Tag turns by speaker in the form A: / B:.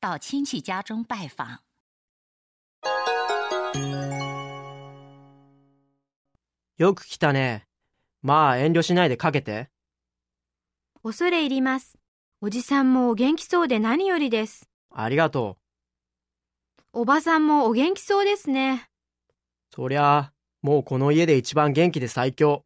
A: 到亲戚家中拜访。
B: よく来たね。まあ遠慮しないでかけて。
C: 恐れ入ります。おじさんもお元気そうで何よりです。
B: ありがと
C: おばさんもお元気そうですね。
B: う。そりゃあ、もうこの家で一番元気で最強。